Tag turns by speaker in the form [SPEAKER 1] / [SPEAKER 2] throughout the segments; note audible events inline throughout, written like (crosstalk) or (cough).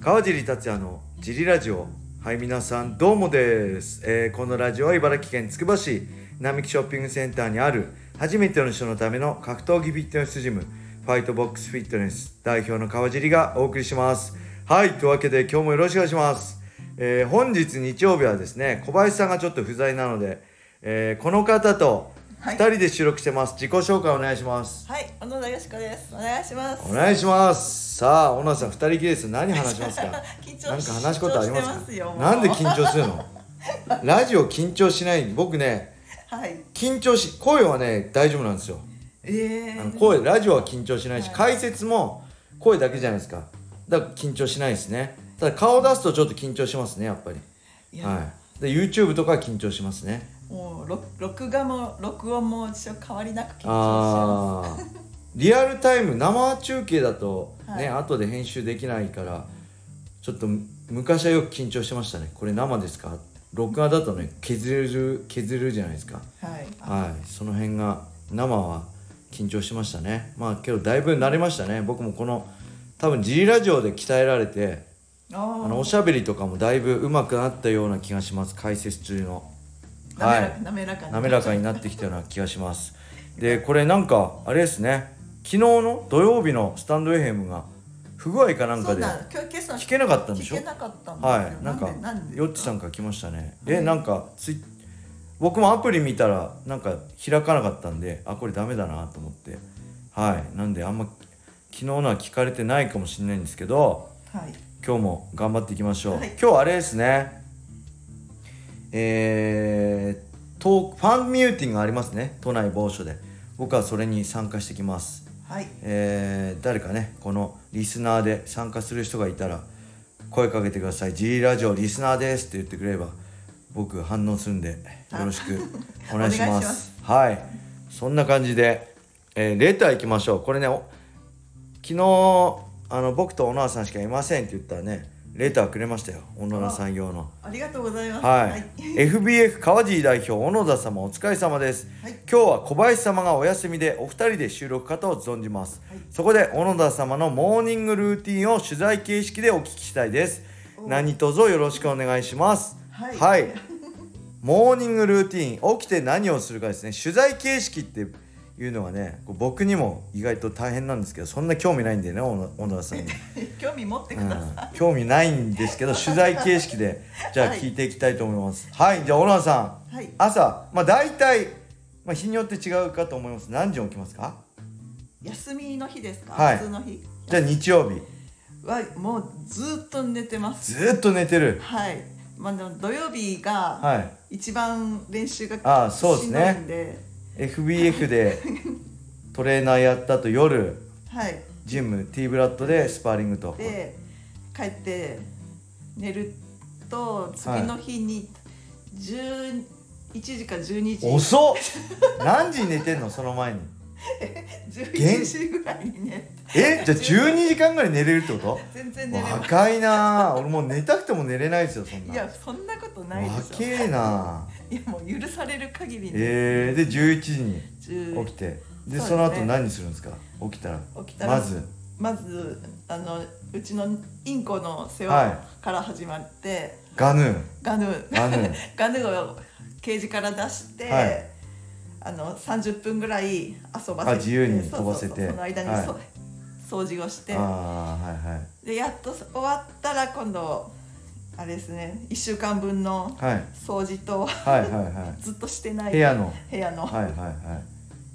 [SPEAKER 1] 川尻達也のジリラジオはい皆さんどうもです、えーこのラジオは茨城県つくば市並木ショッピングセンターにある初めての人のための格闘技フィットネスジムファイトボックスフィットネス代表の川尻がお送りしますはいというわけで今日もよろしくお願いします、えー本日日曜日はですね小林さんがちょっと不在なので、えーこの方と
[SPEAKER 2] はい
[SPEAKER 1] 2人で収録してます、自己紹介お願いします
[SPEAKER 2] はい、小野田よしこです。お願いします。
[SPEAKER 1] お願いしますさあ小野さん2人きりです何話しますか
[SPEAKER 2] 緊張し
[SPEAKER 1] なんか話すことあります
[SPEAKER 2] 緊張してますよ
[SPEAKER 1] か
[SPEAKER 2] もう
[SPEAKER 1] なんで緊張する
[SPEAKER 2] (laughs)
[SPEAKER 1] のラジオ緊張しない僕ね
[SPEAKER 2] はい。
[SPEAKER 1] 緊張し声はね大丈夫なんですよ
[SPEAKER 2] ええ
[SPEAKER 1] あの声ラジオは緊張しないし
[SPEAKER 2] はい
[SPEAKER 1] 解説も声だけじゃないですかだから緊張しないですねただ顔出すとちょっと緊張しますねやっぱり
[SPEAKER 2] いや、
[SPEAKER 1] はいで YouTube とかは緊張しますね
[SPEAKER 2] もう録録画も録音も一緒変わりなく緊張しま
[SPEAKER 1] あーリアルタイム生中継だとね、
[SPEAKER 2] はい
[SPEAKER 1] 後で編集できないからちょっと昔はよく緊張してましたねこれ生ですか録画だとね削れる削れるじゃないですか
[SPEAKER 2] す。はい。あ
[SPEAKER 1] はいその辺が生は緊張しましたねまあけどだいぶ慣れましたね僕もこの多分ジリラジオで鍛えられて
[SPEAKER 2] あ
[SPEAKER 1] あ
[SPEAKER 2] ー
[SPEAKER 1] のおしゃべりとかもだいぶ上手くなったような気がします解説中の
[SPEAKER 2] 滑らか滑らかに
[SPEAKER 1] 滑らかになってきたような気がしますでこれなんかあれですね昨日の土曜日のスタンド FM が不具合かなんか
[SPEAKER 2] そう
[SPEAKER 1] で
[SPEAKER 2] なん。今日今朝
[SPEAKER 1] 聞けなかったんでしょ
[SPEAKER 2] 聞けなかったんですよ
[SPEAKER 1] はいなんか
[SPEAKER 2] でなんで
[SPEAKER 1] ヨッチさんから来ましたね
[SPEAKER 2] は
[SPEAKER 1] え
[SPEAKER 2] い
[SPEAKER 1] なんかツイ僕もアプリ見たらなんか開かなかったんであこれダメだなと思ってはいなんであんま昨日のは聞かれてないかもしれないんですけど
[SPEAKER 2] はい。
[SPEAKER 1] 今日も頑張っていきましょう、
[SPEAKER 2] はい
[SPEAKER 1] 今日あれですねえー、トークファンミューティングがありますね都内某所で僕はそれに参加してきます
[SPEAKER 2] はい。
[SPEAKER 1] えー誰かねこのリスナーで参加する人がいたら声かけてください「ジリラジオリスナーです」って言ってくれれば僕反応するんでよろしくお願いしま
[SPEAKER 2] (laughs) お願い
[SPEAKER 1] す
[SPEAKER 2] します
[SPEAKER 1] はいそんな感じで、えーレター行きましょうこれねお昨日あの僕と小野田さんしかいませんって言ったらねレターくれましたよ小野田さん用の。
[SPEAKER 2] ありがとうござい (laughs) ます。
[SPEAKER 1] はい、FBF 川尻代表小野田様お疲れ様です、
[SPEAKER 2] はい
[SPEAKER 1] 今日は小林様がお休みでお二人で収録かと存じます、
[SPEAKER 2] はい
[SPEAKER 1] そこで小野田様のモーニングルーティンを取材形式でお聞きしたいです
[SPEAKER 2] お
[SPEAKER 1] 何卒よろしくお願いします
[SPEAKER 2] はい
[SPEAKER 1] モーニングルーティン起きて何をするかですね取材形式っていうのはねこう僕にも意外と大変なんですけどそんな興味ないんでね小野小野田さんに
[SPEAKER 2] 興味持ってください。
[SPEAKER 1] うん興味ないんですけど取材形式でじゃあ
[SPEAKER 2] はい
[SPEAKER 1] 聞いていきたいと思いますはい、じゃあ小野田さん、
[SPEAKER 2] はい
[SPEAKER 1] 朝まあ大体、まあ、日によって違うかと思います何時に起きますか
[SPEAKER 2] 休みの日ですか？
[SPEAKER 1] はい
[SPEAKER 2] 普通の日
[SPEAKER 1] じゃあ日曜日
[SPEAKER 2] はもうずっと寝てます。
[SPEAKER 1] ずーっと寝てる
[SPEAKER 2] はい。まあでも土曜日が。
[SPEAKER 1] はい
[SPEAKER 2] 一番練習が
[SPEAKER 1] あーそうです
[SPEAKER 2] しん
[SPEAKER 1] ね
[SPEAKER 2] どいんで
[SPEAKER 1] FBF でトレーナーやったと夜
[SPEAKER 2] はい
[SPEAKER 1] ジム T ブラッドでスパーリングと
[SPEAKER 2] で帰って寝ると次の日に11時か12時
[SPEAKER 1] 遅っ何時に寝てんのその前に
[SPEAKER 2] 11時ぐらいにね
[SPEAKER 1] (laughs) えじゃあ12時間ぐらい寝れるってこ
[SPEAKER 2] 全然
[SPEAKER 1] と
[SPEAKER 2] 寝れない
[SPEAKER 1] 若いなあ俺もう寝たくても寝れないですよそんない
[SPEAKER 2] やそんなことないで
[SPEAKER 1] 若
[SPEAKER 2] しょ
[SPEAKER 1] えない
[SPEAKER 2] やもう許される限りに
[SPEAKER 1] えー、で11時に
[SPEAKER 2] 10
[SPEAKER 1] 起きてで
[SPEAKER 2] そうですね
[SPEAKER 1] その後何するんですか起きたら
[SPEAKER 2] 起きたら
[SPEAKER 1] まず
[SPEAKER 2] まずあのうちのインコの世話
[SPEAKER 1] は
[SPEAKER 2] から始まって
[SPEAKER 1] ガヌー
[SPEAKER 2] ガヌ
[SPEAKER 1] ガ
[SPEAKER 2] (laughs)
[SPEAKER 1] ヌー
[SPEAKER 2] ガヌーをケージから出して、
[SPEAKER 1] はい
[SPEAKER 2] あの30分ぐらい遊ばせて
[SPEAKER 1] あ自由に飛ばせて
[SPEAKER 2] そうそうそうその間にそ、
[SPEAKER 1] は
[SPEAKER 2] 掃除をして
[SPEAKER 1] ああはい
[SPEAKER 2] でやっと終わったら今度あれですね1週間分の
[SPEAKER 1] はい
[SPEAKER 2] 掃除と、
[SPEAKER 1] はいはいはいは
[SPEAKER 2] ずっとしてな
[SPEAKER 1] い
[SPEAKER 2] い
[SPEAKER 1] 部屋の
[SPEAKER 2] 部屋の、
[SPEAKER 1] はいはいは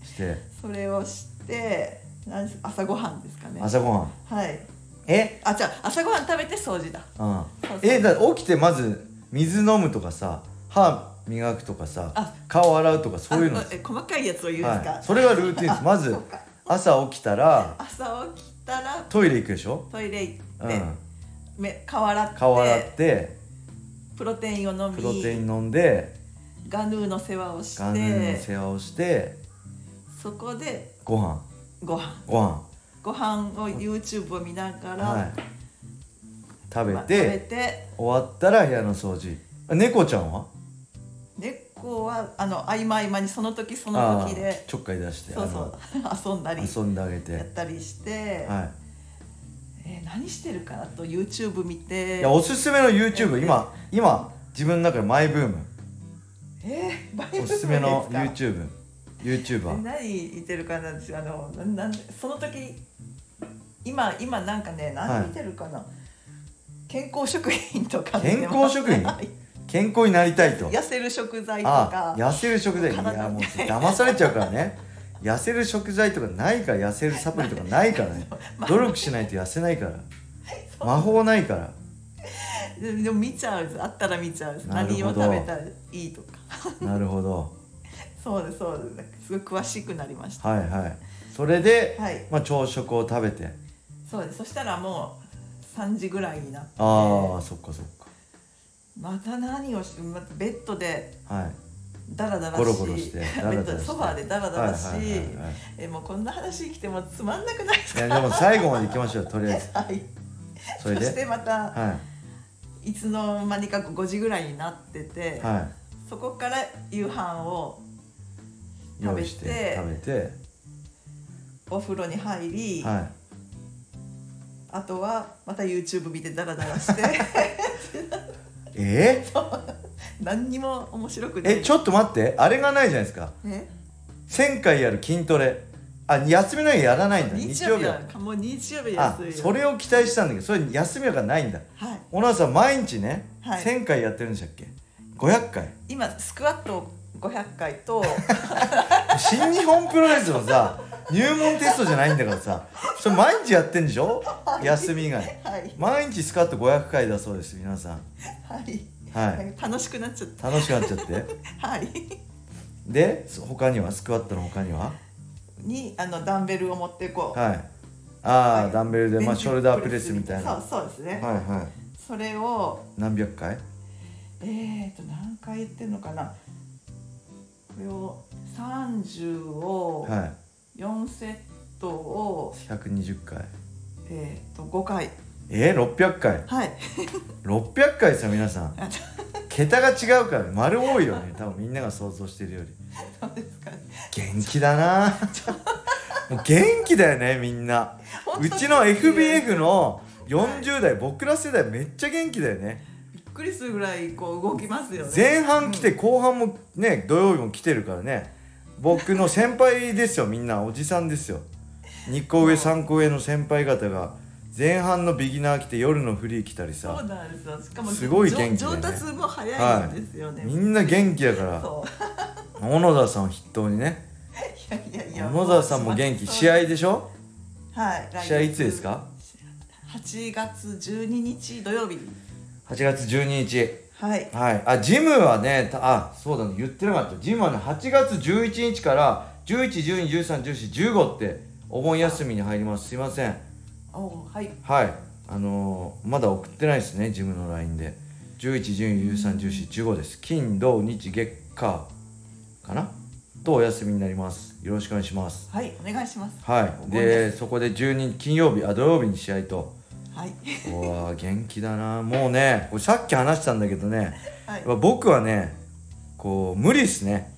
[SPEAKER 1] いして
[SPEAKER 2] それをしてなんです朝ごはんですかね
[SPEAKER 1] 朝ごはん
[SPEAKER 2] はい
[SPEAKER 1] え
[SPEAKER 2] あじゃあ朝ごはん食べて掃除だ
[SPEAKER 1] うん
[SPEAKER 2] そうそう
[SPEAKER 1] えだ起きてまず水飲むとかさ歯磨くとかさ
[SPEAKER 2] あ
[SPEAKER 1] 顔洗うとかそういうの
[SPEAKER 2] あえ細かいやつを言うんですか、
[SPEAKER 1] はい、それがルーティンですまず
[SPEAKER 2] そうか
[SPEAKER 1] 朝起きたら
[SPEAKER 2] 朝起きたら
[SPEAKER 1] トイレ行くでしょ、
[SPEAKER 2] トイレ行
[SPEAKER 1] う
[SPEAKER 2] って、
[SPEAKER 1] ん、
[SPEAKER 2] め顔洗って
[SPEAKER 1] 顔洗って
[SPEAKER 2] プロテインを飲み
[SPEAKER 1] プロテイン飲んで
[SPEAKER 2] ガヌーの世話をし
[SPEAKER 1] ガヌーの
[SPEAKER 2] て
[SPEAKER 1] 世話をして
[SPEAKER 2] そこで
[SPEAKER 1] ご飯
[SPEAKER 2] ご飯
[SPEAKER 1] ご飯
[SPEAKER 2] ご飯を YouTube を見ながら、
[SPEAKER 1] はい食べ
[SPEAKER 2] まあ
[SPEAKER 1] て、
[SPEAKER 2] 食べて
[SPEAKER 1] 終わったら部屋の掃除あ猫ちゃんは
[SPEAKER 2] 猫はあの合間合間にその時その
[SPEAKER 1] あ
[SPEAKER 2] 時
[SPEAKER 1] ー
[SPEAKER 2] で
[SPEAKER 1] ちょっかい出して
[SPEAKER 2] そうそう遊んだり
[SPEAKER 1] あの遊んであげて
[SPEAKER 2] やったりして、
[SPEAKER 1] は
[SPEAKER 2] えー何してるかなと YouTube 見て
[SPEAKER 1] いやおすすめの
[SPEAKER 2] え
[SPEAKER 1] YouTube
[SPEAKER 2] え
[SPEAKER 1] 今今自分の中でマイブーム
[SPEAKER 2] えー、バイブル
[SPEAKER 1] おすすめの
[SPEAKER 2] ですか
[SPEAKER 1] YouTubeYouTuber
[SPEAKER 2] 何見てるかな私あのななんその時今今なんかね
[SPEAKER 1] はい
[SPEAKER 2] 何見てるかな、健康食品とか
[SPEAKER 1] 健康食品
[SPEAKER 2] はい
[SPEAKER 1] 健康になりたいと
[SPEAKER 2] 痩せる食材と
[SPEAKER 1] あ
[SPEAKER 2] か (laughs)
[SPEAKER 1] 痩せる食材い
[SPEAKER 2] 体
[SPEAKER 1] やもう騙されちゃうからね痩せる食材とかないから痩せるサプリとかないからね (laughs) 努力しないと痩せないから魔法ない
[SPEAKER 2] (laughs)
[SPEAKER 1] から
[SPEAKER 2] ででも見ちゃうあったら見ちゃう
[SPEAKER 1] なる
[SPEAKER 2] 何
[SPEAKER 1] ほ
[SPEAKER 2] を
[SPEAKER 1] ど
[SPEAKER 2] 食べたらいいとか
[SPEAKER 1] なるほど
[SPEAKER 2] そうですそうですすごい詳しくなりました
[SPEAKER 1] はいはいそれで、
[SPEAKER 2] はい
[SPEAKER 1] まあ、朝食を食べて
[SPEAKER 2] そうですそしたらもう3時ぐらいになって
[SPEAKER 1] ああそっかそっ
[SPEAKER 2] また何をしまたベッドで
[SPEAKER 1] かはい
[SPEAKER 2] ダラダラし
[SPEAKER 1] ゴロゴロして
[SPEAKER 2] ベ
[SPEAKER 1] ダラ
[SPEAKER 2] ッ
[SPEAKER 1] ダ
[SPEAKER 2] ド
[SPEAKER 1] ラし
[SPEAKER 2] で
[SPEAKER 1] て
[SPEAKER 2] (laughs) ソファーでダラダラし、
[SPEAKER 1] はいはいはいはい
[SPEAKER 2] えもうこんな話来てもつまんなくないです
[SPEAKER 1] い
[SPEAKER 2] か
[SPEAKER 1] やでも最後まで行きましょうとりあえず
[SPEAKER 2] (laughs) はい、
[SPEAKER 1] そ
[SPEAKER 2] そ
[SPEAKER 1] れで
[SPEAKER 2] してまた
[SPEAKER 1] はい
[SPEAKER 2] つの間にか5時ぐらいになってて、
[SPEAKER 1] いは
[SPEAKER 2] そこから夕飯を
[SPEAKER 1] い用意して食
[SPEAKER 2] 食
[SPEAKER 1] べて
[SPEAKER 2] お風呂に入り、
[SPEAKER 1] は
[SPEAKER 2] あとはまた YouTube 見てダラダラして
[SPEAKER 1] (laughs) いえ
[SPEAKER 2] 何にも面白く
[SPEAKER 1] ー、
[SPEAKER 2] ない
[SPEAKER 1] えちょっと待ってあれがないじゃないですか
[SPEAKER 2] ね
[SPEAKER 1] 1000回やる筋トレあ休みの日やらないんだ
[SPEAKER 2] 日
[SPEAKER 1] 日曜
[SPEAKER 2] 曜日
[SPEAKER 1] 日
[SPEAKER 2] は
[SPEAKER 1] は
[SPEAKER 2] もう日曜日
[SPEAKER 1] あ
[SPEAKER 2] 休み
[SPEAKER 1] それを期待したんだけどそれ休みがないんだ
[SPEAKER 2] はい
[SPEAKER 1] 小野さん毎日ね、
[SPEAKER 2] はい
[SPEAKER 1] 1000回やってるんでしたっけ500回
[SPEAKER 2] 今スクワット500回と
[SPEAKER 1] 新日本プロレスのさ入門テストじゃないんだからさそれ毎日やってんでしょ (laughs) 休み以外
[SPEAKER 2] (laughs) はい
[SPEAKER 1] 毎日スカット500回だそうです皆さん
[SPEAKER 2] はい、
[SPEAKER 1] はい
[SPEAKER 2] 楽しくなっちゃっ
[SPEAKER 1] 楽しくなっちゃって
[SPEAKER 2] たはい
[SPEAKER 1] でそ他にはスクワットの他には
[SPEAKER 2] にあのダンベルを持ってこう、
[SPEAKER 1] はいああ、
[SPEAKER 2] はい
[SPEAKER 1] ダンベルで、まあ、
[SPEAKER 2] ベンチ
[SPEAKER 1] ショルダープレスみたいなは
[SPEAKER 2] そうそうです
[SPEAKER 1] い
[SPEAKER 2] ね、
[SPEAKER 1] は
[SPEAKER 2] それを
[SPEAKER 1] い何百回
[SPEAKER 2] えー、と何回言ってんのかなこれを30を
[SPEAKER 1] は
[SPEAKER 2] 4セットを、
[SPEAKER 1] い120回
[SPEAKER 2] えー、と5回
[SPEAKER 1] えー、600回
[SPEAKER 2] はい (laughs)
[SPEAKER 1] 600回ですよ皆さん
[SPEAKER 2] あ
[SPEAKER 1] 桁が違うから丸多いよね多分みんなが想像してるより
[SPEAKER 2] そうですかね
[SPEAKER 1] 元気だなもう元気だよねみんなうちの FBF の40代僕ら世代めっちゃ元気だよね
[SPEAKER 2] びっくりするぐらいこう動きますよね
[SPEAKER 1] 前半来て後半もね土曜日も来てるからね僕の先輩ですよみんなおじさんですよ2個上3個上の先輩方が前半のビギナー来て夜のフリー来たり
[SPEAKER 2] そう
[SPEAKER 1] さ
[SPEAKER 2] なんですよしかも
[SPEAKER 1] すごい元気でね
[SPEAKER 2] 上上達も早いんですよね、
[SPEAKER 1] みんな元気だから
[SPEAKER 2] そう
[SPEAKER 1] 小野田さんを筆頭にね
[SPEAKER 2] いやいやい
[SPEAKER 1] 小
[SPEAKER 2] や
[SPEAKER 1] 野田さんも元気試合でしょ
[SPEAKER 2] はい来月
[SPEAKER 1] 試合いつですか
[SPEAKER 2] 8月12日土曜日
[SPEAKER 1] 8月12日
[SPEAKER 2] はい
[SPEAKER 1] はいあジムはねたあそうだね言ってなかったジムはね8月11日から1112131415ってお盆休みに入りますすいません
[SPEAKER 2] おーはい
[SPEAKER 1] はいあのーまだ送ってないですねジムの LINE で1112131415です金土日月火かなとお休みになりますよろしくお願いします
[SPEAKER 2] はいお願いします
[SPEAKER 1] はいでそこで12金曜日あ土曜日に試合と
[SPEAKER 2] はい、
[SPEAKER 1] うわー元気だなもうねこれさっき話したんだけどね
[SPEAKER 2] はい
[SPEAKER 1] やっぱ僕はねこう無理ですね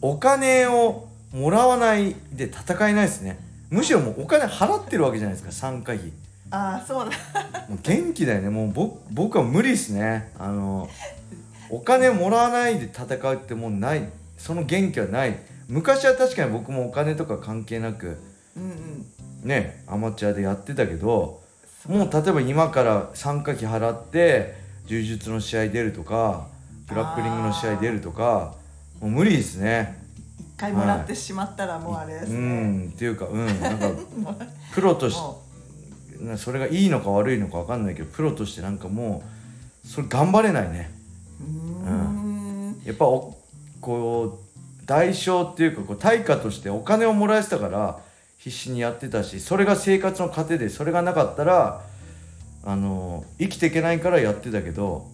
[SPEAKER 1] お金をもらわないで戦えないですねむしろもうお金払ってるわけじゃないですか参加費
[SPEAKER 2] ああそうだ
[SPEAKER 1] もう元気だよねもう僕僕は無理ですねあのお金もらわないで戦うってもうないその元気はない昔は確かに僕もお金とか関係なく
[SPEAKER 2] うんうん
[SPEAKER 1] ねアマチュアでやってたけどもう例えば今から参加費払って柔術の試合出るとかグラップリングの試合出るとかもう無理ですね。
[SPEAKER 2] 一回もらってしまったらもうあれです
[SPEAKER 1] う
[SPEAKER 2] ね、
[SPEAKER 1] んっていうかうんなん
[SPEAKER 2] (laughs)
[SPEAKER 1] か
[SPEAKER 2] もう
[SPEAKER 1] プロとし
[SPEAKER 2] も
[SPEAKER 1] なそれがいいのか悪いのか分かんないけどプロとしてなんかもうそれ頑張れないね。
[SPEAKER 2] ううーん
[SPEAKER 1] やっぱおこう代償っていうかこう対価としてお金をもらえてたから必死にやってたしそれが生活の糧でそれがなかったらあの生きていけないからやってたけど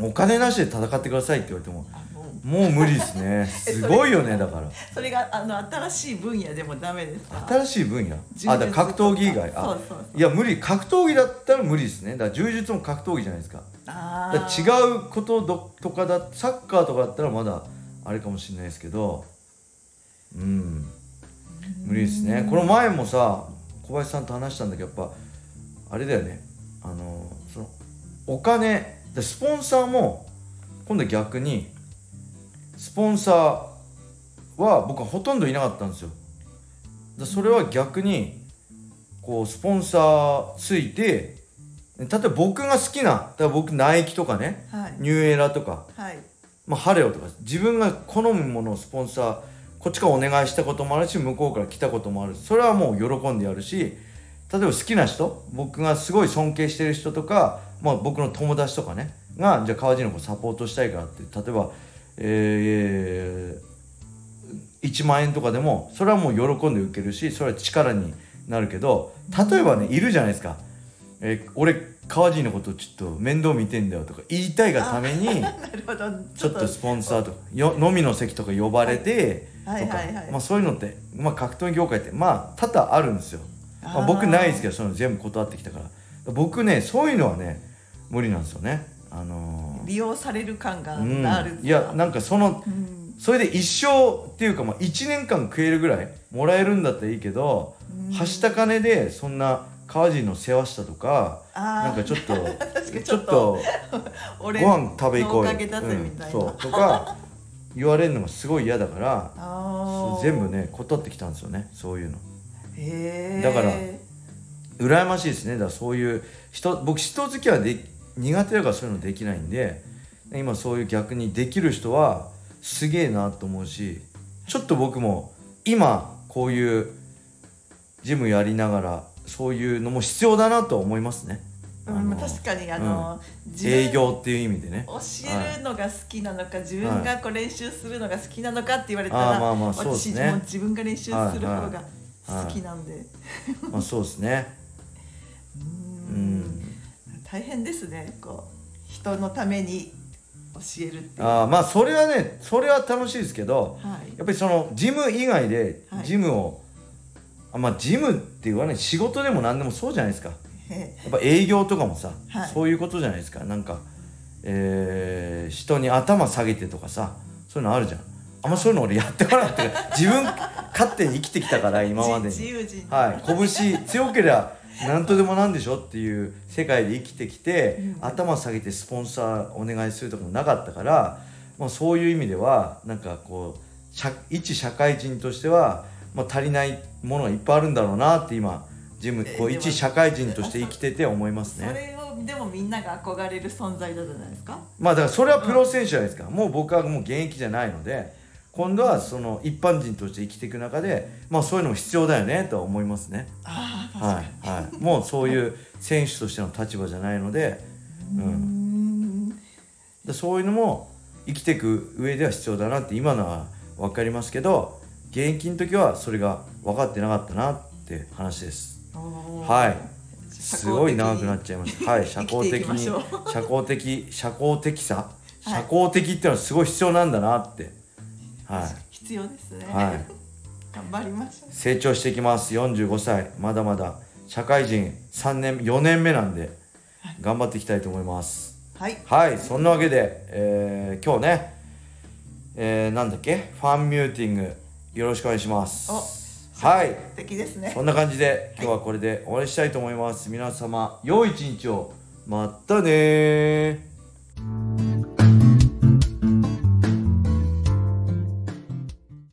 [SPEAKER 1] お金なしで戦ってくださいって言われても
[SPEAKER 2] あも
[SPEAKER 1] も
[SPEAKER 2] う
[SPEAKER 1] う無理です
[SPEAKER 2] (laughs)
[SPEAKER 1] ねすごいよねだから
[SPEAKER 2] それがあの新しい分野でもダメですか
[SPEAKER 1] 新しい分野
[SPEAKER 2] 柔術
[SPEAKER 1] あだから格闘技以外
[SPEAKER 2] そ
[SPEAKER 1] あ
[SPEAKER 2] うそうそう
[SPEAKER 1] いや無理格闘技だったら無理ですねだから柔術も格闘技じゃないですか
[SPEAKER 2] あ
[SPEAKER 1] だから
[SPEAKER 2] ー
[SPEAKER 1] 違うことどとかだサッカーとかだったらまだあれかもしれないですけどうん無理ですねこの前もさ小林さんと話したんだけどやっぱあれだよねあのそのお金でスポンサーも今度逆にスポンサーは僕はほとんどいなかったんですよでそれは逆にこうスポンサーついて例えば僕が好きなだから僕ナイキとかね
[SPEAKER 2] はい
[SPEAKER 1] ニューエラとか
[SPEAKER 2] はい
[SPEAKER 1] まあ、ハレオとか自分が好むものをスポンサーこっちからお願いしたこともあるし向こうから来たこともあるそれはもう喜んでやるし例えば好きな人僕がすごい尊敬してる人とか、まあ、僕の友達とかねがじゃあ川尻の子サポートしたいからって例えば、えー、1万円とかでもそれはもう喜んで受けるしそれは力になるけど例えばねいるじゃないですか。えー俺川尻のことちょっと面倒見てんだよとか言いたいがために
[SPEAKER 2] なるほど
[SPEAKER 1] ちょっとスポンサーとかよ飲みの席とか呼ばれてと
[SPEAKER 2] はい
[SPEAKER 1] か
[SPEAKER 2] はいはい
[SPEAKER 1] まあそういうのって、まあ、格闘技業界ってまあ多々あるんですよ、まあ、
[SPEAKER 2] あー
[SPEAKER 1] 僕ないですけどそういうの全部断ってきたから僕ねそういうのはね無理なんですよねあの
[SPEAKER 2] 利用される感が
[SPEAKER 1] ー
[SPEAKER 2] ある
[SPEAKER 1] うん
[SPEAKER 2] って
[SPEAKER 1] い
[SPEAKER 2] いうか
[SPEAKER 1] やなんかその
[SPEAKER 2] うん
[SPEAKER 1] それで一生っていうかまあ1年間食えるぐらいもらえるんだったらいいけど、
[SPEAKER 2] うん
[SPEAKER 1] はした金でそんな川尻の世話したとかな
[SPEAKER 2] あ
[SPEAKER 1] ん
[SPEAKER 2] ー
[SPEAKER 1] かちょっと
[SPEAKER 2] (laughs) 確かに
[SPEAKER 1] ち
[SPEAKER 2] ち
[SPEAKER 1] ょ
[SPEAKER 2] ょ
[SPEAKER 1] っ
[SPEAKER 2] っ
[SPEAKER 1] と
[SPEAKER 2] と俺
[SPEAKER 1] ご飯食べ行こうよ、
[SPEAKER 2] のおかげだぜみたいな、
[SPEAKER 1] うんそうとか言われるのがすごい嫌だから
[SPEAKER 2] あー
[SPEAKER 1] 全部ね断ってきたんですよねそういうの
[SPEAKER 2] へー
[SPEAKER 1] だから羨ましいですねだからそういう人僕人付きはで苦手だからそういうのできないんで今そういう逆にできる人はすげえなと思うしちょっと僕も今こういうジムやりながらそういうのも必要だなとは思いますね、
[SPEAKER 2] う
[SPEAKER 1] あ
[SPEAKER 2] ん
[SPEAKER 1] の
[SPEAKER 2] 確かにあの、自分
[SPEAKER 1] 営業っていう意味でね
[SPEAKER 2] (laughs) 教えるのが好きなのか、自分がこう練習するのが好きなのかって言われたら、
[SPEAKER 1] あーまあまあそうです
[SPEAKER 2] 私
[SPEAKER 1] ね
[SPEAKER 2] も自分が練習する方が好きなんで、
[SPEAKER 1] まあそうですね
[SPEAKER 2] う
[SPEAKER 1] うんん
[SPEAKER 2] 大変ですねこう人のために教えるっていう
[SPEAKER 1] あーまあそれはねそれは楽しいですけど
[SPEAKER 2] はい
[SPEAKER 1] やっぱりそのジム以外で
[SPEAKER 2] はい
[SPEAKER 1] ジムを、あまあジムって言わない仕事でも何でもそうじゃないですかや
[SPEAKER 2] へ
[SPEAKER 1] っぱ営業とかもさ、
[SPEAKER 2] はい
[SPEAKER 1] そういうことじゃないですかなんか、えー人に頭下げてとかさそういうのあるじゃんあんまそういうの俺やってこなかったから自分勝手に生きてきたから (laughs) 今まで
[SPEAKER 2] 自
[SPEAKER 1] に、
[SPEAKER 2] 由人
[SPEAKER 1] はい、拳強ければ何とでもなんでしょっていう世界で生きてきて、
[SPEAKER 2] うん
[SPEAKER 1] 頭下げてスポンサーお願いするとかもなかったから、まあ、そういう意味ではなんかこう社一社会人としては、まあ、足りないものがいっぱいあるんだろうなって今ジムこう
[SPEAKER 2] えでも
[SPEAKER 1] 一社会人として生きてて思います
[SPEAKER 2] そ
[SPEAKER 1] ね。
[SPEAKER 2] れをでもみんなが憧れる存在だじゃないですか
[SPEAKER 1] まあだからそれはプロ選手じゃないですか、もう僕はもう現役じゃないので今度はその一般人として生きていく中で、まあ、そういうのも必要だよねとは思いますね。
[SPEAKER 2] ああ確か
[SPEAKER 1] は
[SPEAKER 2] に、
[SPEAKER 1] いはい、もうそういう選手としての立場じゃないので、う
[SPEAKER 2] うー
[SPEAKER 1] ん、
[SPEAKER 2] ん
[SPEAKER 1] でそういうのも生きていく上では必要だなって今のは分かりますけど現役の時はそれが分かってなかったなって話です
[SPEAKER 2] おー
[SPEAKER 1] はい
[SPEAKER 2] 社
[SPEAKER 1] す
[SPEAKER 2] 交
[SPEAKER 1] ご
[SPEAKER 2] 的に
[SPEAKER 1] い長くなっちゃいましたはい社
[SPEAKER 2] 生
[SPEAKER 1] 交
[SPEAKER 2] きてい
[SPEAKER 1] 的
[SPEAKER 2] きま
[SPEAKER 1] に
[SPEAKER 2] しょう
[SPEAKER 1] 社交的社交的さ
[SPEAKER 2] はい
[SPEAKER 1] 社交的っていうのはすごい必要なんだなっては
[SPEAKER 2] 必要ですね、
[SPEAKER 1] い、はい、
[SPEAKER 2] 頑張りましょう
[SPEAKER 1] 成長していきます45歳まだまだ社会人3年4年目なんで頑張っていきたいと思います
[SPEAKER 2] はい
[SPEAKER 1] はい、そんなわけで、えー今日ね、えーなんだっけ、ファンミューティング、よろしくお願いします。はい、
[SPEAKER 2] 素敵ですね
[SPEAKER 1] そんな感じで、今日はこれで終わりしたいと思います。皆様、良い一日を。またねー。